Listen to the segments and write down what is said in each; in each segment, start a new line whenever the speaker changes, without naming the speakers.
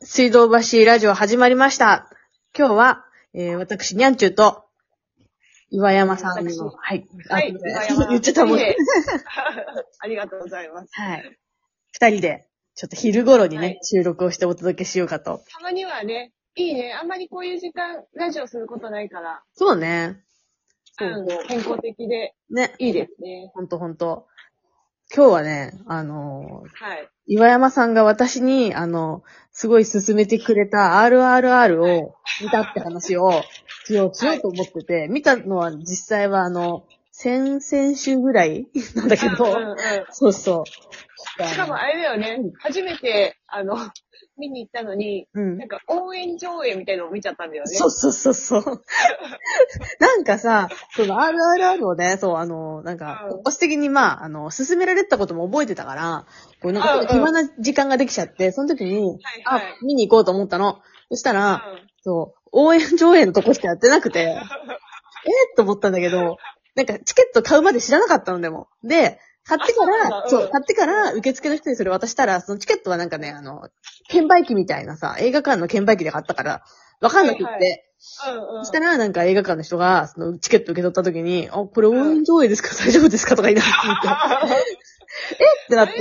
水道橋ラジオ始まりました。今日は、えー、私、にゃんちゅうと、岩山さんの、
私
はい。
はい。
あ 言っちゃったもん。
いえい
は
え ありがとうございます。
い。二人で、ちょっと昼頃にね、
はい
収録をしてお届けしようかと。
たまにはね、いいね。あんまりこういう時間、ラジオすることないから、
そうね。
うん、健康的で
ね。
いいですね。
ほんとほんと。今日はね、あのー
はい。
岩山さんが私に、あの、すごい勧めてくれた RRR を見たって話をしよう、しようと思ってて、見たのは実際はあの、先々週ぐらい なんだけど、
うんうんう
そうそう。
ん、しかもあれだよね、初めて、あの、見に行ったのに、
うん
な。んか応援上映みたいのを見ちゃったんだよね。
そうそうそうそう。なんかさ、その RRR をね、そう、あの、なんか
うん、
私的にまあ、あの、勧められてたことも覚えてたから、こうなん
うんう
か
ん
暇な時間ができちゃって、その時に、
は
あ
いはい、
見に行こうと思ったの。そしたら、
うん
そう、応援上映のとこしかやってなくて、えーと思ったんだけど、なんかチケット買うまで知らなかったのでも。で、買ってか
あ
ら、
そうなんだ
そうう、
ん
買ってから受付の人にそれ渡したら、そのチケットはなんかね、あの、券売機みたいなさ、映画館の券売機で買ったから、わかんなくって、
はいはいうんう
そ
ん。
したらなんか映画館の人が、そのチケット受け取った時に、あ、これ応援上映ですか、 大丈夫ですかとか言いながら
あれ
ってなって。
っ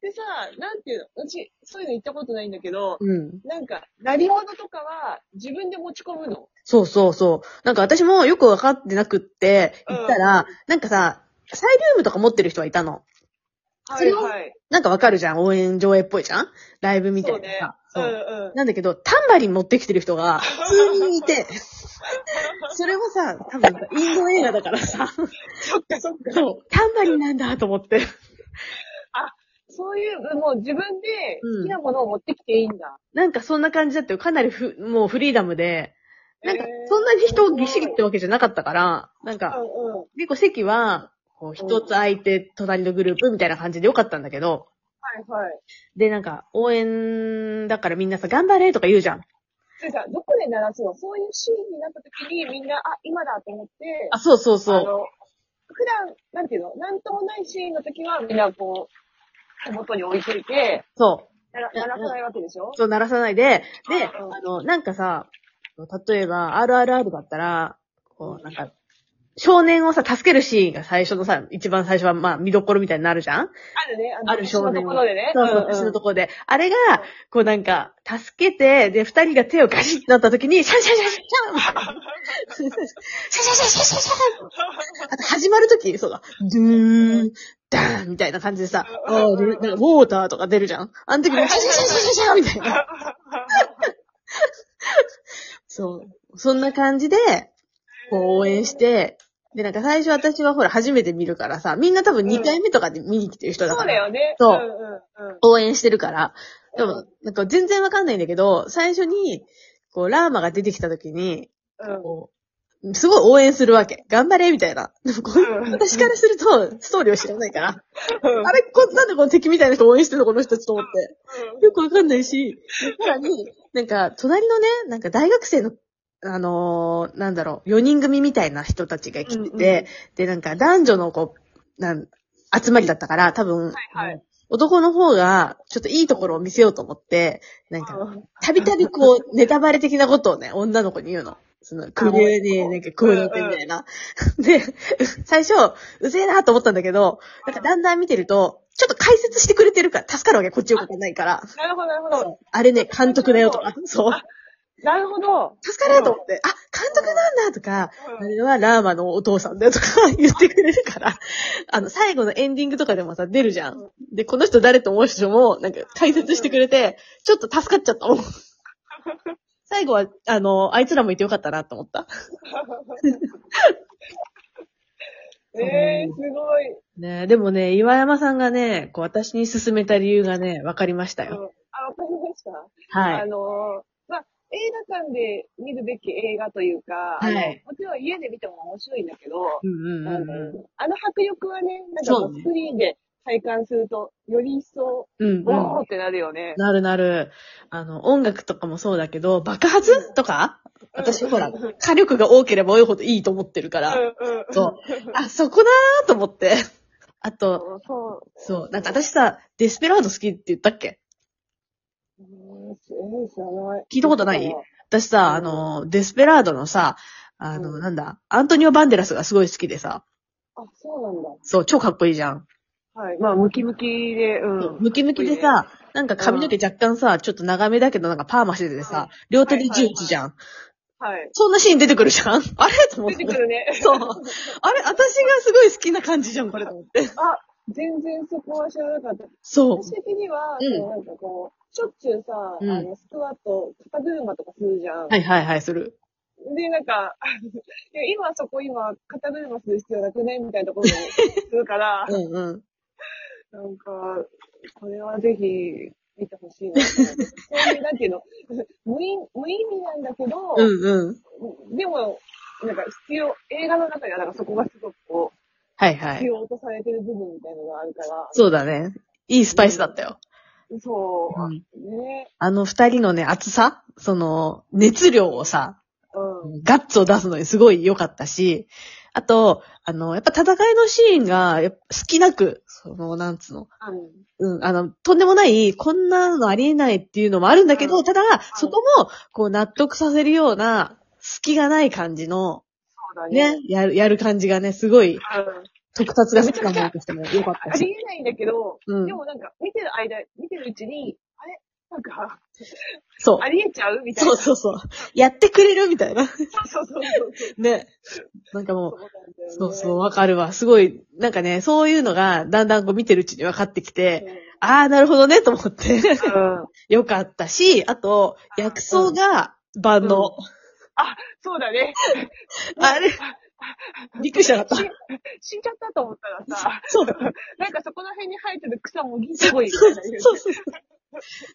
てさ、なんていうの、うち、そういうの行ったことないんだけど、
うん。
なんか、鳴り物とかは自分で持ち込むの。
そうそうそう。なんか私もよくわかってなくって、行ったら、なんかさ、サイリウムとか持ってる人はいたの。それを
はい。
なんかわかるじゃん応援上映っぽいじゃんライブみたい
そう
な
ね
さ。。
う
そ
ん
う
うん。
なんだけど、タンバリン持ってきてる人 が、普通にいて、それもさ、多分、インド映画だからさ、
そっかそっか。
そう、タンバリンなんだと思って。
そういう、もう自分で
うん
好きなものを持ってきていいんだ。
なんかそんな感じだったよ。かなりふ、もうフリーダムで、なんか
えー、
そんなに人をぎしぎってわけじゃなかったから、なんか、
うんうん。
結構席は、こう、一つ空いて、隣のグループみたいな感じでよかったんだけど、
はいはい。
で、なんか、応援だからみんなさ、頑張れとか言うじゃん。
でさ、どこで鳴らすのそういうシーンになった時 にみんな、あ、今だと思って、
あ、そうそう
あ
そう。
の、普段、なんていうの、なんともないシーンの時はみんなこう、手元に置いといて、
そう。
鳴ら鳴らさないわけでしょ
そう、鳴らさないで、で、あ
うん
の、なんかさ、例えば、RRR だったら、こう、なんか、少年をさ、助けるシーンが最初のさ、一番最初は、まあ、見どころみたいになるじゃん
あるね、あの、
ある少
私の
年
と
を。
ころでね。
そうそう、
んん
私のところで。あれが、こうなんか、助けて、で、二人が手をガシッとなった時に、シャンシャンシャンシャンシャンシャンシャンシャンシャンシャンシャ ンあと、始まる時、そうだ、ドゥーン、ダーンみたいな感じでさ、あ
う
ー
ん
でなんかウォーターとか出るじゃんあの時も、シャンシャンシャンシャンシャンみたいな。そう。そんな感じで、こう応援して、で、なんか最初私はほら初めて見るからさ、みんな多分2回目とかで見に来てる人だ
そ
か
うだ
ら、
よね。
そう
うんうんうん。
応援してるから、でも、なんか全然わかんないんだけど、最初に、こう、ラーマが出てきた時に、
う ん。
こう、すごい応援するわけ。頑張れみたいな。でもこういう
うん
私からすると、ストーリーを知らないから、
うん
あれ、こなんでこの敵みたいな人応援してるのこの人たちと思って。よくわかんないし、さらに、なんか、隣のね、なんか大学生の、あのーなんだろう、4人組みたいな人たちが来てて、
うんうん
で、なんか男女のこう、なん、集まりだったから、多分、
はいはい
男の方が、ちょっといいところを見せようと思って、なんか、
うん
たびたびこう、ネタバレ的なことをね、女の子に言うの。その、くれねえ、なんかこうやってみたいな。で、最初、うぜえなと思ったんだけど、なんかだんだん見てると、ちょっと解説してくれてるから、助かるわけ、こっちよくないから。
なるほど、なるほど。
あれね、監督だよとか、そう。
なるほど。
助かると思って、あ、監督なんだとか、あ
うん
れはラーマのお父さんだよとか 言ってくれるから、あの、最後のエンディングとかでもさ、出るじゃん。で、この人誰と思う人も、なんか解説してくれて、ちょっと助かっちゃ ったもん。最後は、あの、あいつらもいてよかったなと思った。
ええー、すごい。
ねえでもね、岩山さんがね、こう、私に勧めた理由がね、わかりました
うん、あ、
よ。
わかりました。
は
あ
い。
のーまあ、映画館で見るべき映画というか、
はい
あのもちろん家で見ても面白いんだけど、
うんうん
あ
うんう
のあの迫力はね、なんかこ
そう
う
ね
スクリーンで体感すると、より一層、
ん。うんうん。
おーってなるよね。
なるなる。あの、音楽とかもそうだけど、爆発とか私、ほら、火力が多ければ多いほどいいと思ってるか
う
ら。
んうん。
そう。あ、そこだーと思って。あと、
そう。
そう、なんか私さ、デスペラード好きって言ったっけ
えー、すえー、知らない。
聞いたことない私さ、あの、デスペラードのさ、あの、
うん
なんだ、アントニオ・バンデラスがすごい好きでさ、
あ、そうなんだ。
そう、超かっこいいじゃん。
はい。まあ、ムキムキで、う。
そうんムキムキでさ、なんか髪の毛若干さ、ちょっと長めだけどなんかパーマしててさ、両手で銃撃つじゃん。
はい。
そんなシーン出てくる じゃんあれと思っ
出
て
て。く るね。
そう。あれ私がすごい好きな感じじゃん、これと思って。
あ、全然そこは知らなかった。
そう。
私的には、
うん
そのなんかこう、しょっちゅうさ、
うん
あの、スクワット、肩車とかするじゃん。
はいはいはい、する。
で、なんか、 いや今そこ今、肩車する必要なくねみたいなと ころにするから、
うんうん。
なんか、これはぜひ、見てほしいなと思って。そういう、なんていうの、 無意無意味なんだけど、
うんうん。
でも、なんか必要、映画の中にはなんかそこがすごくこう、
はいは
必
い。
要とされてる部分みたいなのがあるから、
そうだね。いいスパイスだったよ。
そう、
うん
ね、
あの二人のね、熱さその、熱量をさ、
うん。
ガッツを出すのにすごい良かったし、あと、あの、やっぱ戦いのシーンが、やっぱ少なく、その、なんつうの、
あの
うん、あの、とんでもない、こんなのありえないっていうのもあるんだけど、
うん
ただ、そこも、こう、納得させるような、隙がない感じの、
そうだね。
ね、やる、やる感じがね、すごい、
うん
特撮が好きなものとしても良かっ
あ
たし。
りえないんだけど、
うん
でもなんか、見てる間、見てるうちに、あれなんか、
そう。
ありえちゃうみたい
そ
な。
うそうそう。やってくれるみたいな。
そうそうそう。
ね。なんかもう
そう、なんだよね
そうそう、わかるわ。すごい、なんかね、そういうのが、だんだんこう見てるうちに分かってきて、ああ、なるほどね、と思 って。
うん。うん
よかったし、あと、薬草が万能。
そうだね。
あれ、びっくりしなかった。
死んじゃったと思ったらさ、
そうだ。
なんかそこら辺に生えてる草もぎっこいみた
そう
いな。
そうそう。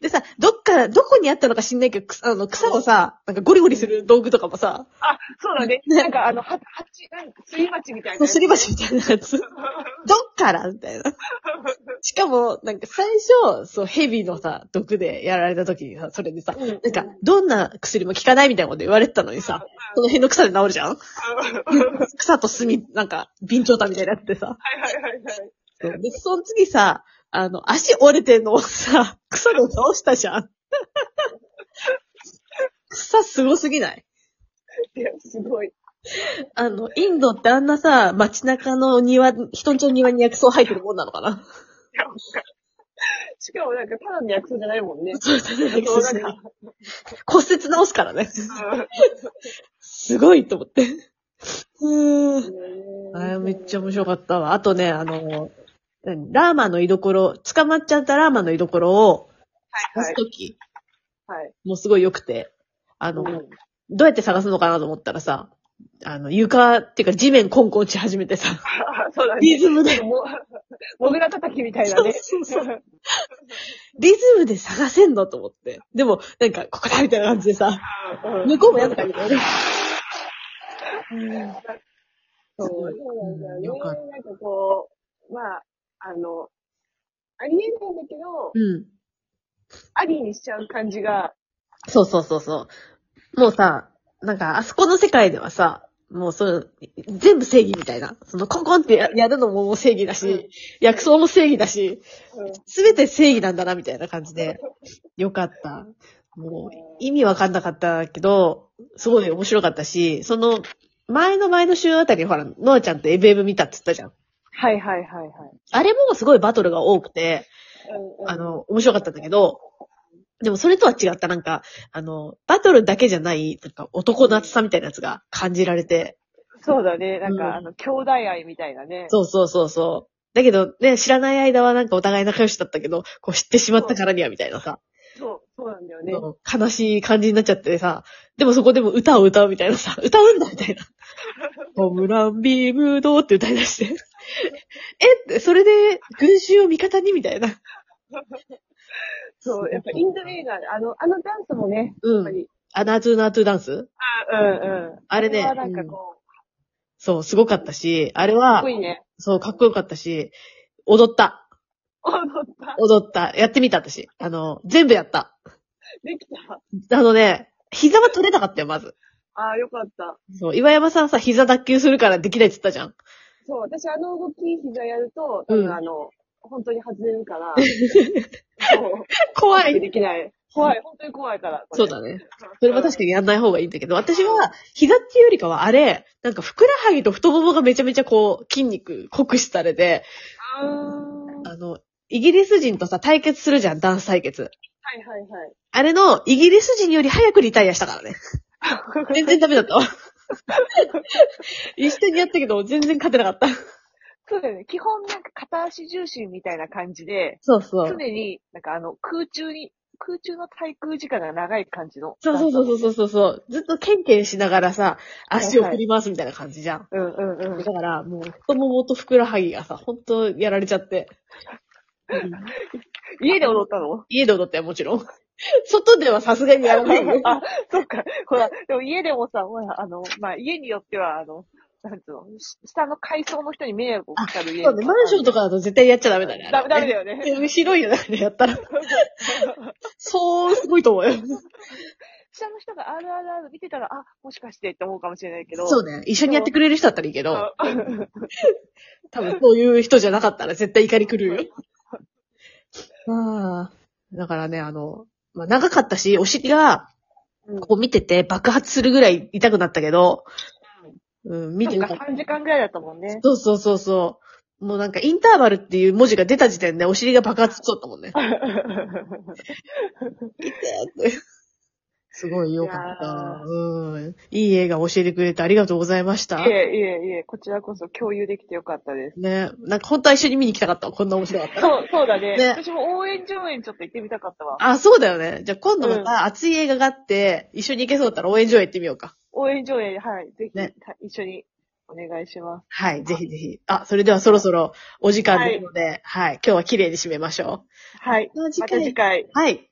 でさ、どっから、どこにあったのか知んないけど、草あの草をさ、なんかゴリゴリする道具とかもさ、
あ、そうだね。なんかあの、は、はち、なんか、すり鉢みたいな。
すり鉢みたいなやつ。どっからみた いな。しかも、なんか最初、そう、ヘビのさ、毒でやられた時にさ、それでさ、
うん
なんか、どんな薬も効かないみたいなこと言われてたのにさ、その辺の草で治るじゃん
うんうんはい
草と炭、なんか、備長炭みたいになってさ。
はいはいはい。
そうで、その次さ、あの、足折れてんのをさ、草で倒したじ ゃん。草すごすぎない
いや、すごい。
あの、インドってあんなさ、街中の庭、人んちの庭に薬草入ってるもんなのかな
なんかしかもなんか、ただの薬草じゃないもんね。
そうだね
そうなんか
骨折治すからね。
うん
すごいと思って。うーん。あれめっちゃ面白
白
かったわ。あとね、あの、何ラーマの居所、捕まっちゃったラーマの居所を探すとき
はい。はい。
もすごい良くて、あの、
うん
どうやって探すのかなと思ったらさ、あの、床っていうか地面コンコンし始めてさ、
あそうだね。
リズムで、
も、もぐら叩きみたいなね。
そうそう リズムで探せんのと思って。でも、なんか、ここだみたいな感じでさ、
うん
向こうもやったみたいな。
そうそうなんだよね。
よかった
なんかこう、まあ、あの、ありえないんだけど、
うん。
ありにしちゃう感じが、
そうそうそうそう。もうさ、なんか、あそこの世界ではさ、もうその、全部正義みたいな。その、コンコンってややるのももう正義だし、
うん
薬草も正義だし、
うん
すべて正義なんだな、みたいな感じで。よかった。もう、意味わかんなかったけど、すごい面白かったし、その、前の前の週あたりにほら、ノアちゃんとエブエブ見たって言ったじゃん。
はいはいはいはい。
あれもすごいバトルが多くて、
うんうん
あ、の、面白かったんだけど、でもそれとは違った、なんか、あの、バトルだけじゃない、なんか男の熱さみたいなやつが感じられて、
そうだね。なん
う
か、
ん
あの、兄弟愛みたいなね。
そうそうそうそう。だけどね、知らない間はなんかお互い仲良しだったけど、こう知ってしまったからにはみたいなさ、
そう、そうなんだよね。
悲しい感じになっちゃってさ、でもそこでも歌を歌うみたいなさ、歌うんだみた いな。ホームランビームドーって歌い出して。 えって、それで群衆を味方にみたいな。
そう、やっぱインド映画、あの、あのダンスもね、や
う
っぱ
ん。
り。
アナートゥーナートゥーダンス
あ、うんうん。
あれね
はなんかこう、
そう、すごかったし、あれ
かっ
は
こ、いいね。
そう、かっこよかったし、踊った。
踊った。
踊った。やってみた、私。あの、全部やった。
できた。
あのね、膝は取れなかったよ、まず。
ああ、よかった。
そう、岩山さんさ、膝脱臼するからできないって言ったじゃん。
そう、私あの動き、膝やると、多
うん
分あの、本当に外れるから、そう、
怖い。
できない。怖い、本当に怖いから。こ
そ
れ
うだね。それは確かにやんない方がいいんだけど、私は、膝っていうよりかはあれ、なんかふくらはぎと太ももがめちゃめちゃこう、筋肉酷使されて、
うんあー
あの、イギリス人とさ、対決するじゃん、ダンス対決。
はいはいはい。
あれの、イギリス人より早くリタイアしたからね。全然ダメだったわ。 一緒にやったけど、全然勝てなかった。
そうだよね。基本なんか片足重心みたいな感じで、
そうそ
常。になんかあの空中に、空中の滞空時間が長い感じの。
そうそうそうそうそうそう。ずっとケンケンしながらさ、足を振り回すみたいな感じじゃん。
う。うんうんうん
だ。から、もう、太ももとふくらはぎがさ、ほんとやられちゃって。
家で踊ったの
家で踊ってはもちろん。外ではさすがにやらないよ。
あ、そっか。ほら、でも家でもさ、ほら、あの、まあ、家によっては、あの、なんつうの、し下の階層の人に迷惑をかかる家
そうね、マンションとかだと絶対やっちゃダメだね。
ダメダメだよね。
だ。後ろいよ、だからや ったら。そう、すごいと思うよ。
下の人が RRR 見てたら、あ、もしかしてって思うかもしれないけど。
そうね、一緒にやってくれる人だったらいいけど、
あ。
多分そういう人じゃなかったら絶対怒り狂 うよ。まあ、だからね、あの、まあ長かったし、お尻が、
うん
こう見てて爆発するぐらい痛くなったけど、うん、 見て
な
よ
ん
か
か
った。
3時間ぐらいだったもんね。
そうそうそうそう。もうなんかインターバルっていう文字が出た時点でお尻が爆発しそうだったもんね。すごい良かっ
いや
た。うん。いい映画教えてくれてありがとうございました
い。えいえいえ、こちらこそ共有できてよかったです。
ね。なんか本当は一緒に見に行きたかったわこんな面白かったら。
そう、そうだね。
ね
私も応援上演ちょっと行ってみたかったわ。
あ、そうだよね。じゃあ今度また熱い映画があって、一緒に行けそうだったら応援所へ行ってみようか。
応援上演、はい。ぜひ、
ね
た一緒にお願いします。
はい、ぜひぜひ。あ、それではそろそろお時間ですので、はい、今日は綺麗に締めましょ
はい。
う。
また次回。
はい。